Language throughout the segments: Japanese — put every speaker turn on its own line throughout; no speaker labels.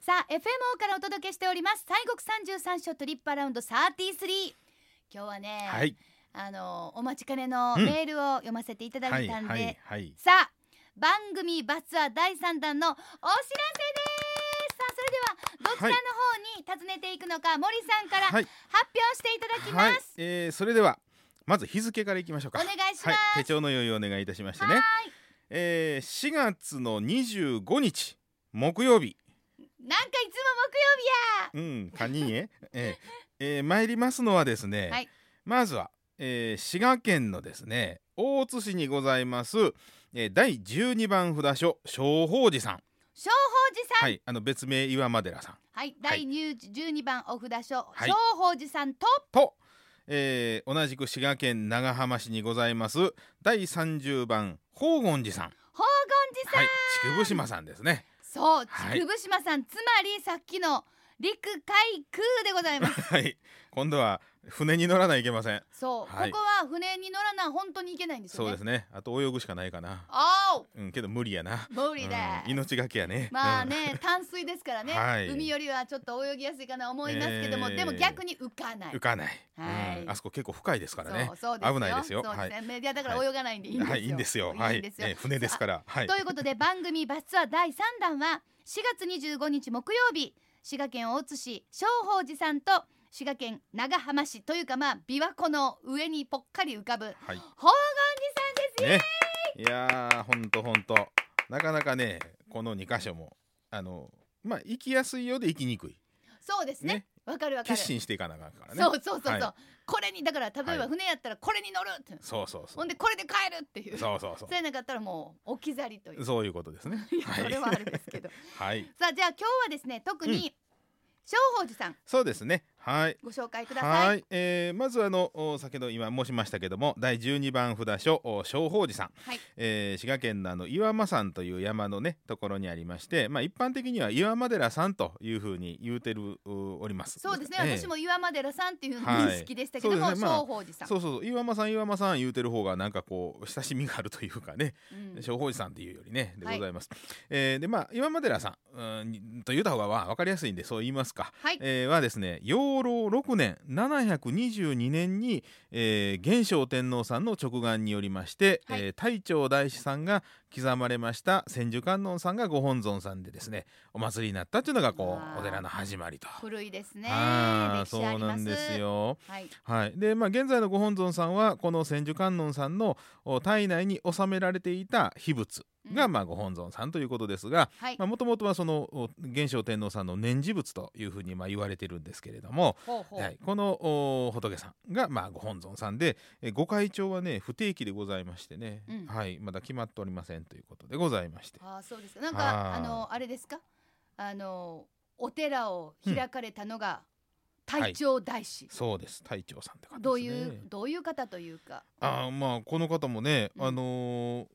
さあ FMO からお届けしております西国三十三所トリップアラウンド33今日はね、
はい
あのお待ちかねの
うん
メールを読ませていただ
はいい
たんで、
はいはい
さあ番組バスツアー第三弾のお知らせですさあそれではどちらの方に訪ねていくのか、森さんから発
はい
表していただきま
はい
す、
えーそれではまず日付からいきましょうか
お願いします
はい、手帳の用意をお願いいたしましてね
はーい
えー4月の25日木曜日
なんかいつも
うんカニへ えーえー参りますのはですね、
はい
まずは、えー滋賀県のですね大津市にございます、えー第12番札所正法寺さん
正法寺さん
はいあの別名岩間寺さん
はい、
は
第
い
12番お札所、
はい
正法寺さんと
と、えー同じく滋賀県長浜市にございます第30番宝厳寺さん
宝厳寺さん、
はい筑部島さんですね
そう、
はい
筑部島さんつまりさっきの陸海空でございま す
はい今度は船に乗らないといけません
そう、
はい
ここは船に乗らな本当に行けないんですよ
そう
ね
ですねあと泳ぐしかないかな
あお
うんけど無理やな
無理だ、
うん命がけやね
まあね淡水ですからね、
はい
海よりはちょょっと泳ぎやすいかな思いますけども、
えー
でも逆に浮かない
うん浮かない、
はい
うんあそこ結構深いですからね
そうそうですよ
危ないですよ
そうですね、メディアだから
はい
泳がないんでいいんですよ、
はいいいんですよ
い
はい
ん
い
ですよ
えー船ですからはい
ということで番組バスツアー第3弾は4月25日木曜日滋賀県大津市正法寺さんと滋賀県長浜市というかまあ琵琶湖の上にぽっかり浮かぶ
はい
宝厳寺さんですよ、
ね、いやーほんとほんとなかなかねこの2箇所もあのまあ行きやすいようで行きにくい
そうですね
ね
わ、かるわかる
決心していかなあかんからね
そうそうそうそう、
はい
これにだから例えば
はい
船やったらこれに乗るって、
そうそうそ
ほ
うん
でこれで帰るっていう
そうそうそ
そうやなかったらもう置き去りというう
そういうことですね
いや
はい
それはあるんですけど
はい
さあじゃあ今日はですね特
う
に正法寺さん
そうですねはい
ご紹介ください
はい、えーまずあのお先ほど今申しましたけども第12番札所お正法寺さん、
はい
えー滋賀県のあの岩間山という山のねところにありまして、まあ、一般的には岩間寺さんというふうに言うてるうおります
そうですね、
ええ
私も岩間寺さんっていう
はい
認識でしたけども、
そうですねまあ
正法寺さん、
そうそうそう岩間さん岩間さん言うてる方がなんかこう親しみがあるというかね
うん
正法寺さんっていうよりねで
はい
ございます、えーでまあ岩間寺さんうんにと言った方がまあ分かりやすいんでそう言いますか、
はい、
えーはですね養老6年722年に、えー元正天皇さんの直眼によりまして、
はい
えー太長大師さんが刻まれました千手観音さんがご本尊さんでですねお祭りになったっていうのがこ
わ
う
あ
お寺の始まりと。
古いですね。
は
歴
いそ
史あ
う
り
な
ま
ん
す。
ですよ。
はい、
はい、で、まあ、現在のご本尊さんはこの千手観音さんのお体内に収められていた秘仏が、
うん
まあ、ご本尊さんということですが
はい、
もともとはそのお元正天皇さんの念持仏というふうにまあ言われてるんですけれども、
ほうほう、
はい、このお仏さんがまあご本尊さんでえご会長はね不定期でございましてね、
うん
はい、まだ決まっておりませんということでございまして。
ああ、そうですか。なんか、
は
あ
あ
の、あれですか。あの、お寺を開かれたのが、太長大師、
そうです隊長さんって感じですね。
どういう、どういう方というか。
あーまあこの方もね、
うん
あのーう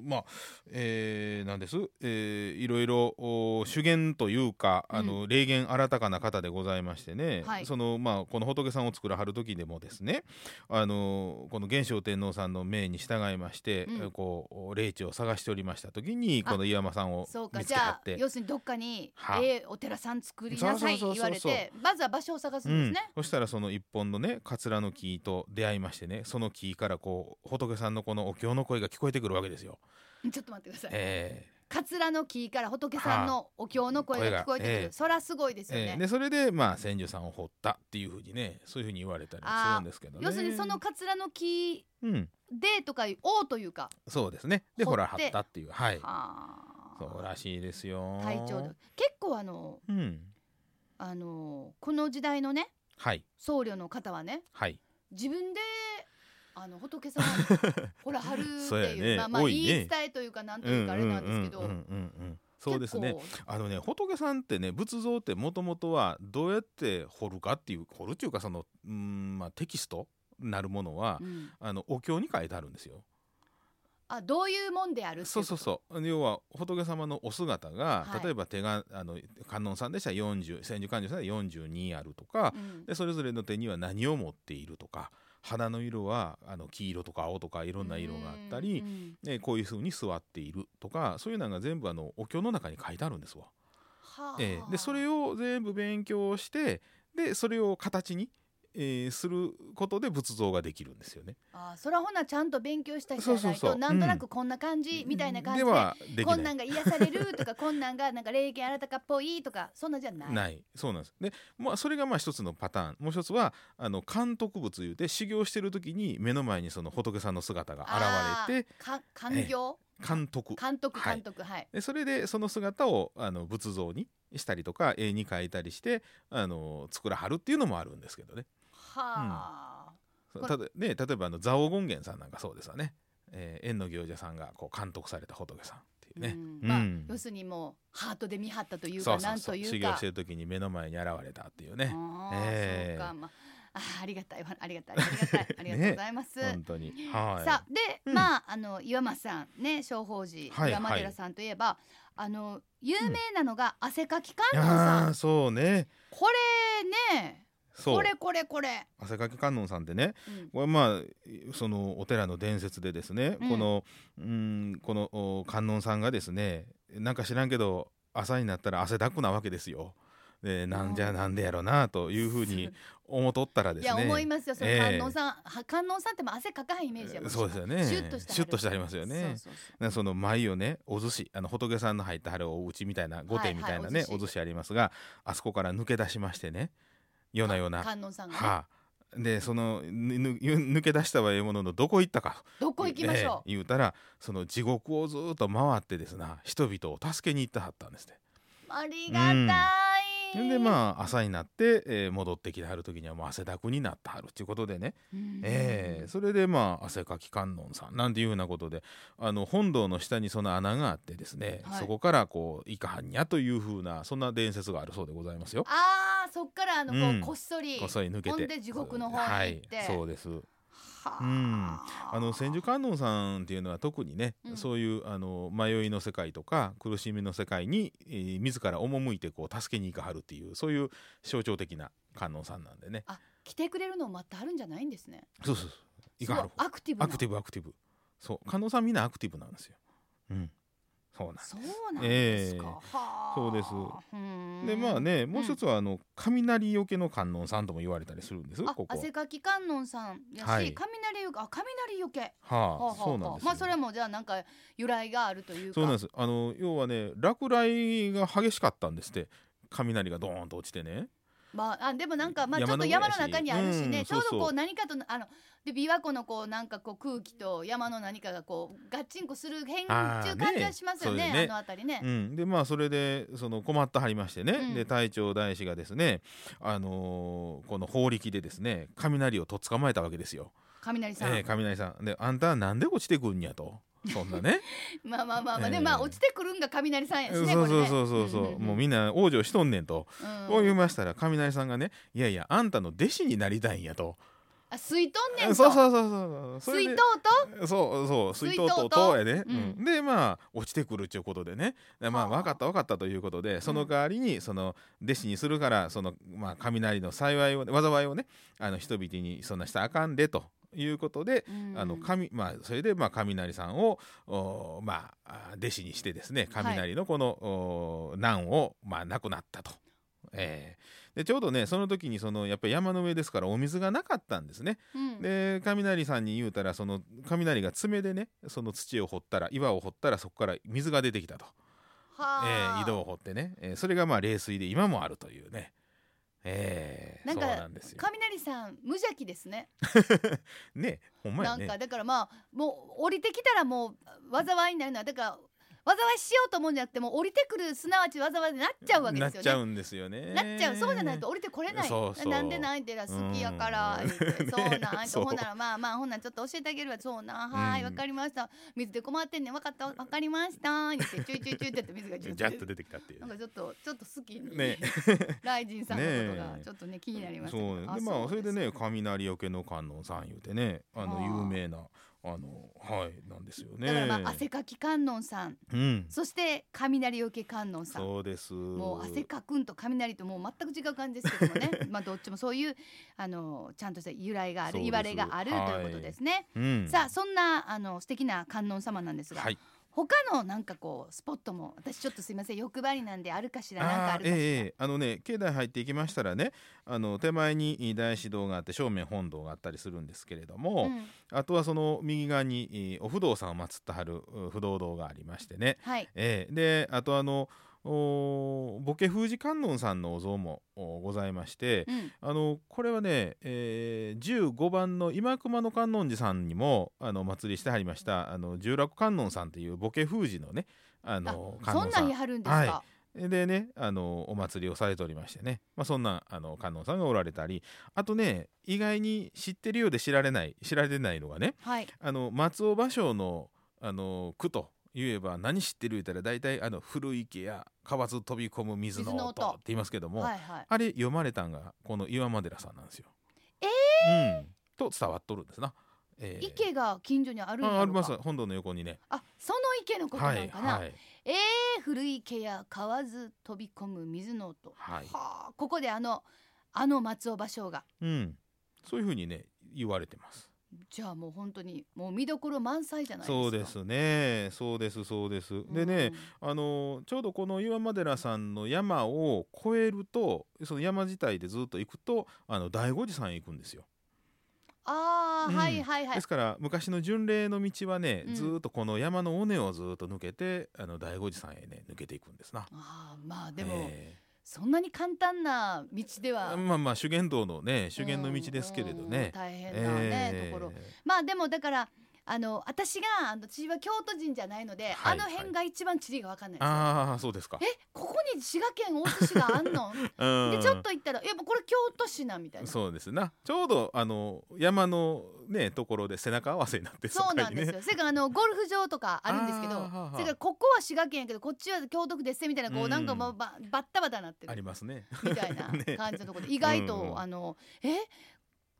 ーまあ、えーなんです、えーいろいろおー修験というか、あの霊言新たかな方でございましてね、
はい
そのまあこの仏さんを作らはる時でもですね、あのーこの元正天皇さんの命に従いまして、
うん
えーこうお霊地を探しておりました時にこの岩間さんを
そうか
見つ
じ
けは
ゃ
っ
あ
て。
要するにどっかに、
は
ええお寺さん作りなさい
そうそう
言わ
そう
れ
そう
てまずは場所を探すんですね、
うん、そしたらその一本のねカツラの木と出会いましてねその木からこう仏さんのこのお経の声が聞こえてくるわけですよ。
ちょっと待ってください、
えー
カツラの木から仏さんのお経の声が聞こえてくる、
声がええ
そらすごいですよね、
えーでそれでまあ千住さんを掘ったっていうふうにねそういうふうに言われたりもするんですけどね
要するにそのカツラの木
うん
でとかいう王というか、
そうですねで
掘っ
ほ
て
ら張ったっていうはい
あー
そうらしいですよ
隊長だ結構あの
うん
あのこの時代のね
はい
僧侶の方はね
はい
自分であの仏 様ほら張るって
そうや
いう
ね
まあまあ
多
言
い
い
ね
伝えというかなんというかあれなんですけど、
うんうんうんうんうんそうですね
結構
あのね仏さんってね仏像ってもともとはどうやって掘るかっていう掘るっていうかそのうんまあテキストなるものは、
うん
あのお経に書いてあるんですよ。
あどういうもんであるってい
そうそうそう要は仏様のお姿が、
はい
例えば手があの観音さんでしたら40千手観音さんで42あるとか、
うん
でそれぞれの手には何を持っているとか花の色はあの黄色とか青とかいろんな色があったり
う、ん
ねこういうふうに座っているとかそういうのが全部あのお経の中に書いてあるんですわ。
はあ
ええでそれを全部勉強してでそれを形に、えーすることで仏像ができるんですよね。
あーそらほなちゃんと勉強した人じゃない
そうそう
と
そう
なんとなくこんな感じみたいな感じ
で
で
はでき
こ
ない
んなんが癒されるとか こんなんがなんか霊験新たかっぽいとかそんなんじゃない。
ないそうなんですで、まあ、それがまあ一つのパターンもう一つはあの監督物いうて修行してる時に目の前にその仏さんの姿が
あ
現れて
ーか官業
監督
監督
はい
監督はい。
でそれでその姿をあの仏像にしたりとか絵に描いたりしてあの作らはるっていうのもあるんですけどね
はあ。これ
ただね例えばあの蔵王権現さんなんかそうですわね、えー、縁の行者さんがこう監督された仏さんっていう
う
ね。
んまあ
うん
要するにもうハートで見張ったという
そ
か
うそ
な
うんそ
と
う
い
修
う
行
か
して。る時に目の前に現れたっていうね
あー
ええ
そうかまああーありがたいわありがたいありがたいありがとうござい ます。
本当にはい
さあで、
うん
まああの岩間さんね松宝寺、
はい
山
は
寺
い
さんといえばあの有名なのが汗かき観
い
音さん、
やーそうね
これね
そう
これこれこれ、
汗かき観音さんってね
うん
これまあそのお寺の伝説でですね、
うん
このうんこのお観音さんがですねなんか知らんけど朝になったら汗だくなわけですよ。でなんじゃなんでやろうなというふうに思っとったらです
い
ね
や思いますよその
ええ
観音さん、は観音さんってもう汗かかへんイメージやもん
そうですよね
シュッとしてはる
シュッとしてはりますよね
そうそうそう
なその舞をねお寿司あの仏さんの入ってはるお家みたいな御
は
殿
い
みたいなね、
はいお
お
寿
寿司ありますがあそこから抜け出しましてねようなような
観音さんがね、
はあ、でそのぬぬ抜け出したはええもののどこ行ったか
どこ行きましょう、
ええ言うたらその地獄をずーっと回ってですな人々を助けに行ってはったんですっ
ありがた
て、
い、
でまあ朝になって、えー戻ってきてはる時にはもう汗だくになってはるっていうことでね、
うん
ええそれでまあ汗かき観音さんなんていうふうなことであの本堂の下にその穴があってですね、
はい
そこからこういかはんにゃというふうなそんな伝説があるそうでございますよ。
あーそっからあのこう、
うん
こっそり
こっそり抜けて
ほんで地獄の方に行って
はい、そうです
は
うん
あ
あの千手観音さんっていうのは特にね、
うん
そういうあの迷いの世界とか苦しみの世界に、えー自ら赴いてこう助けに行かはるっていうそういう象徴的な観音さんなんでね
あ来てくれるのを待ってあるんじゃないんですね
そうそうそう行かはる
すごいアクティブな
アクティブアクティブそう観音さんみんなアクティブなんですようんそうなんです
そうなんですか、
ええ
はあ
そうです
うーん
でまあねもう一つはあの、雷よけの観音さんとも言われたりするんです
あ
ここ
汗かき観音さんやし、
はい
雷よけあ雷よけは
は
あ
あ、
はあはあ
そうなんですよ
まあそれもじゃあなんか由来があるというか
そうなんですあの要はね落雷が激しかったんですって雷がドーンと落ちてね
まあ、あでもなんか、まあ、ちょっ
山
と
の
山の
上やし
中にあるしね、
うん
ちょうど
そう
こ
そうう
何かとのあので琵琶湖のこうなんかこう空気と山の何かがこうガッチンコする変
あ
中
ー
感じは
ね
しますよね
そうですね
あの辺りね。
うん、でまあそれでその困ったはりましてね、
うん
で隊長大師がですね、あのーこの法力でですね雷をとっ捕まえたわけですよ、
雷さん、
ええ雷さん。であんたはなんで落ちてくんやとそんな ね
まあまあまあまあ、で
ええ
まあ落ちてくるんが雷さんやし
そう
ね
そ
こ
う
れね
そうそうそう、
んんん
もうみんな往生しとんねんと、
うん
こう言いましたら雷さんがねいやいやあんたの弟子になりたいんやと
あ水筒ねんと
そうそうそうそうそれ
水
で
筒と
そうそう水
水
筒
筒と
と塔やで、
うん
うんでまあ落ちてくるっちゅうことでねでま
はあ
あ分かった分かったということでその代わりにその弟子にするからそのまあ雷の幸いをね災いをねあの人々にそんなしたらあかんでということで、あの神まあそれでまあ雷さんをおーまああ弟子にしてですね雷のこの、おー難をまあなくなったと。えーでちょうどねその時にそのやっぱり山の上ですからお水がなかったんですね。
うん
で雷さんに言うたらその雷が爪でねその土を掘ったら岩を掘ったらそこから水が出てきたと、え
はあ
ー井戸を掘ってね、えーそれがまあ冷水で今もあるというね、えー
なんか
そうなんですよ。
雷さん無邪気ですね
ねほんま
な
や
ん
ね
かだからまあもう降りてきたらもう災いになるのはだから災いしようと思うんじゃなくてもう降りてくるすなわち災いになっちゃうわけ
な
で
っ
すよ
ちゃ
ね。
うんですよね。
なっちゃうそうじゃないと降りてこれない
そうそう
なんでないでら好きやから、
うん
言うてそうなん、あんた
そう
ほんならまあまあほんならちょっと教えてあげるわそうなんはい
うん
わかりました水で困ってんねんわかったわかりました言ってチュイチュイチュイってやって水がジュ
ジャッ
ッ
と出てきたっていう
なん
ね。
かちょっとちょっと好きに、
ね
ライジンさんのことが
ねえ
ちょっとね気になりました
そう
けど
ねでまあそれで
う
ね
す
雷よけの観音さん言うてねあ
はあ
の有名なあのはいなんですよね。
だからまあ汗かき観音さん
うん
そして雷よけ観音さん。
そうです。
もう汗かくんと雷ともう全く違う感じですけどもね まあどっちもそういうあのちゃんとした由来がある
そうです
言われがあるということですね、
うん
さあそんなあの素敵な観音様なんですが、
はい
他のなんかこうスポットも私ちょっとすいません欲張りなんであるかしらなんかあ
あー
るか
え
しら、
えええあのね境内入っていきましたらねあの手前に大師堂があって正面本堂があったりするんですけれども、
うん
あとはその右側にえーお不動さんを祀ってはるう不動堂がありましてね、
はい
ええであとあのおボケ封じ観音さんのお像もおございまして、
うん
あのこれはね、えー15番の今熊野観音寺さんにもあのお祭りしてはりましたあの十楽観音さんというボケ封じのねあ
あ
の観
そん
音さ
なん
ん
やはるんですか、
はでねあのお祭りをされておりましてね、まあ、そんなあの観音さんがおられたりあとね意外に知ってるようで知られない知られてないのがね
はい
あの松尾芭蕉のあの句と言えば何知ってる言うたら大体あの古池や河津飛び込む水の
水の
音
音
って言いますけども、
はいはい
あれ読まれたんがこの岩間寺さんなんですよ。
え
うん、と伝わっとるんですな。えー
池が近所にあるんだろう
あ
か
あります本堂の横にね。
あその池のこと
は
なん
い
かな、
はい
えー、古い池や川ず飛び込む水の音
はい。
はあここであのあの松尾芭蕉が
うん、そういうふうにね言われてます。
じゃあもう本当にもう見どころ満載じゃないですか
そうですねそうですそうです、でねあのちょうどこの岩間寺さんの山を越えるとその山自体でずっと行くとあの醍醐寺さんへ行くんですよ、
ああ、
うん
はいはいはい
ですから昔の巡礼の道はね、
うん
ずっとこの山の尾根をずっと抜けてあの醍醐寺さんへね抜けていくんですな。
あーまあでも、
え
そんなに簡単な道で
え
は
まあまあ修験道のね修験の道ですけれど
うんうん
ね。
大変なね、
ええ
ところまあでもだからあの私があの私は京都人じゃないので、
はい
あの辺が一番地理が分かんないです
ああそうですか。
えここに滋賀県大津市があんの
うん
でちょっと行ったら「いやもうこれ京都市な」みたいなそう
そうですなちょうどあの山のねところで背中合わせになって
なんです
ね、
よ、それからあのゴルフ場とかあるんですけど
あーはあはあ
それからここは滋賀県やけどこっちは京都府ですみたいなこう、
うん
なんかもうばバッタバタなって
あり
る
ますね
みたいな
ね
感じのところで、意外と、
うんうん
あのえ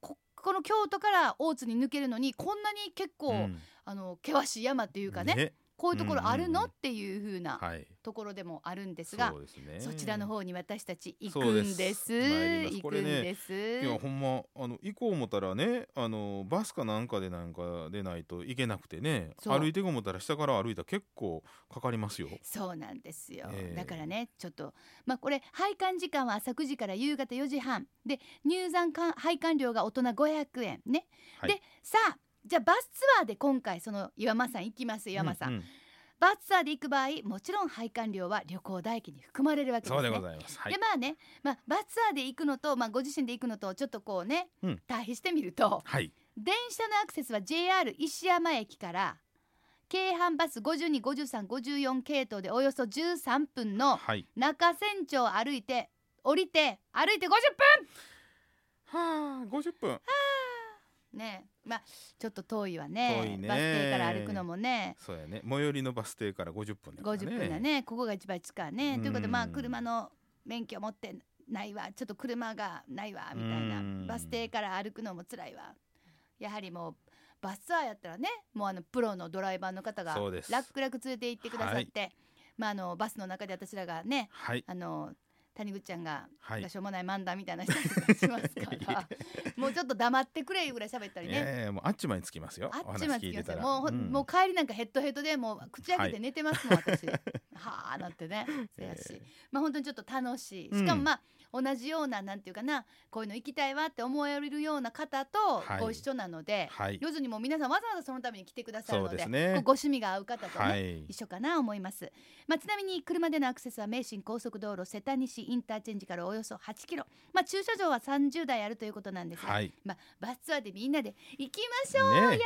ここの京都から大津に抜けるのにこんなに結構、
うん
あの険しい山っていうかねこういうところあるの、っていう風な
はい
ところでもあるんですが
うですね
そちらの方に私たち行く
そうんで
です
す参ります
行
こ
くん
れね
です、
いやほんまあの行こう思ったらねあのバスかなんかでなんかでないといけなくてね
そう
歩いていこう思ったら下から歩いたら結構かかりますよ
そうなんですよ、
ええ
だからねちょっとまあこれ配管時間は朝9時から夕方4時半で入山か配管料が大人500円ね、
はい
でさあじゃあバスツアーで今回その岩間さん行きます岩間さん、
うう
バスツアーで行く場合もちろん配管料は旅行代金に含まれるわけですね
そうでございますはい
でまあね、まあ、バスツアーで行くのと、まあ、ご自身で行くのとちょっとこうね、
うん
対比してみると
はい
電車のアクセスは JR 石山駅から京阪バス525354系統でおよそ13分の
はい
中山町を歩いて降りて歩いて50
はあ50分
分ねえまあちょっと遠いわね
遠いね
バス停から歩くのもね
そうやね最寄りのバス停から50分だからね
50分だねここが一番近いね、
うん
ということでまあ車の免許持ってないわちょっと車がないわみたいな、
うん
バス停から歩くのも辛いわやはりもうバスツアーやったらねもうあのプロのドライバーの方が
そうです
楽々連れて行ってくださって、まあ、あのバスの中で私らがね
はい
あの谷口ちゃんが、
はい
しょうもない漫談みたいな人たちしますか
い
らもうちょっと黙ってくれいうぐらい喋ったりね。
ええもうあっちまでつきますよ。
あっちまで
お話
聞
聞
き
いて
ま
た
すよ
ら
もう、
ん
もう帰りなんかヘッドヘッドでもう口開け
は
て寝てますもん、私はあな ってねせやし、
ええ
まあ本当にちょっと楽しい
うん
しかもまあ、同じようななんていうかなこういうの行きたいわって思えるような方と
はい
ご一緒なので、
はい。
要するにもう皆さんわざわざそのために来てくださるの
そ
で
うですね
こうご趣味が合う方とね、
はい。
一緒かな思います、まあ、ちなみに車でのアクセスは名神高速道路瀬田西インターチェンジからおよそ8キロ、まあ、駐車場は30台あるということなんですが、
はい。
まあ、バスツアーでみんなで行きましょうよ、
ね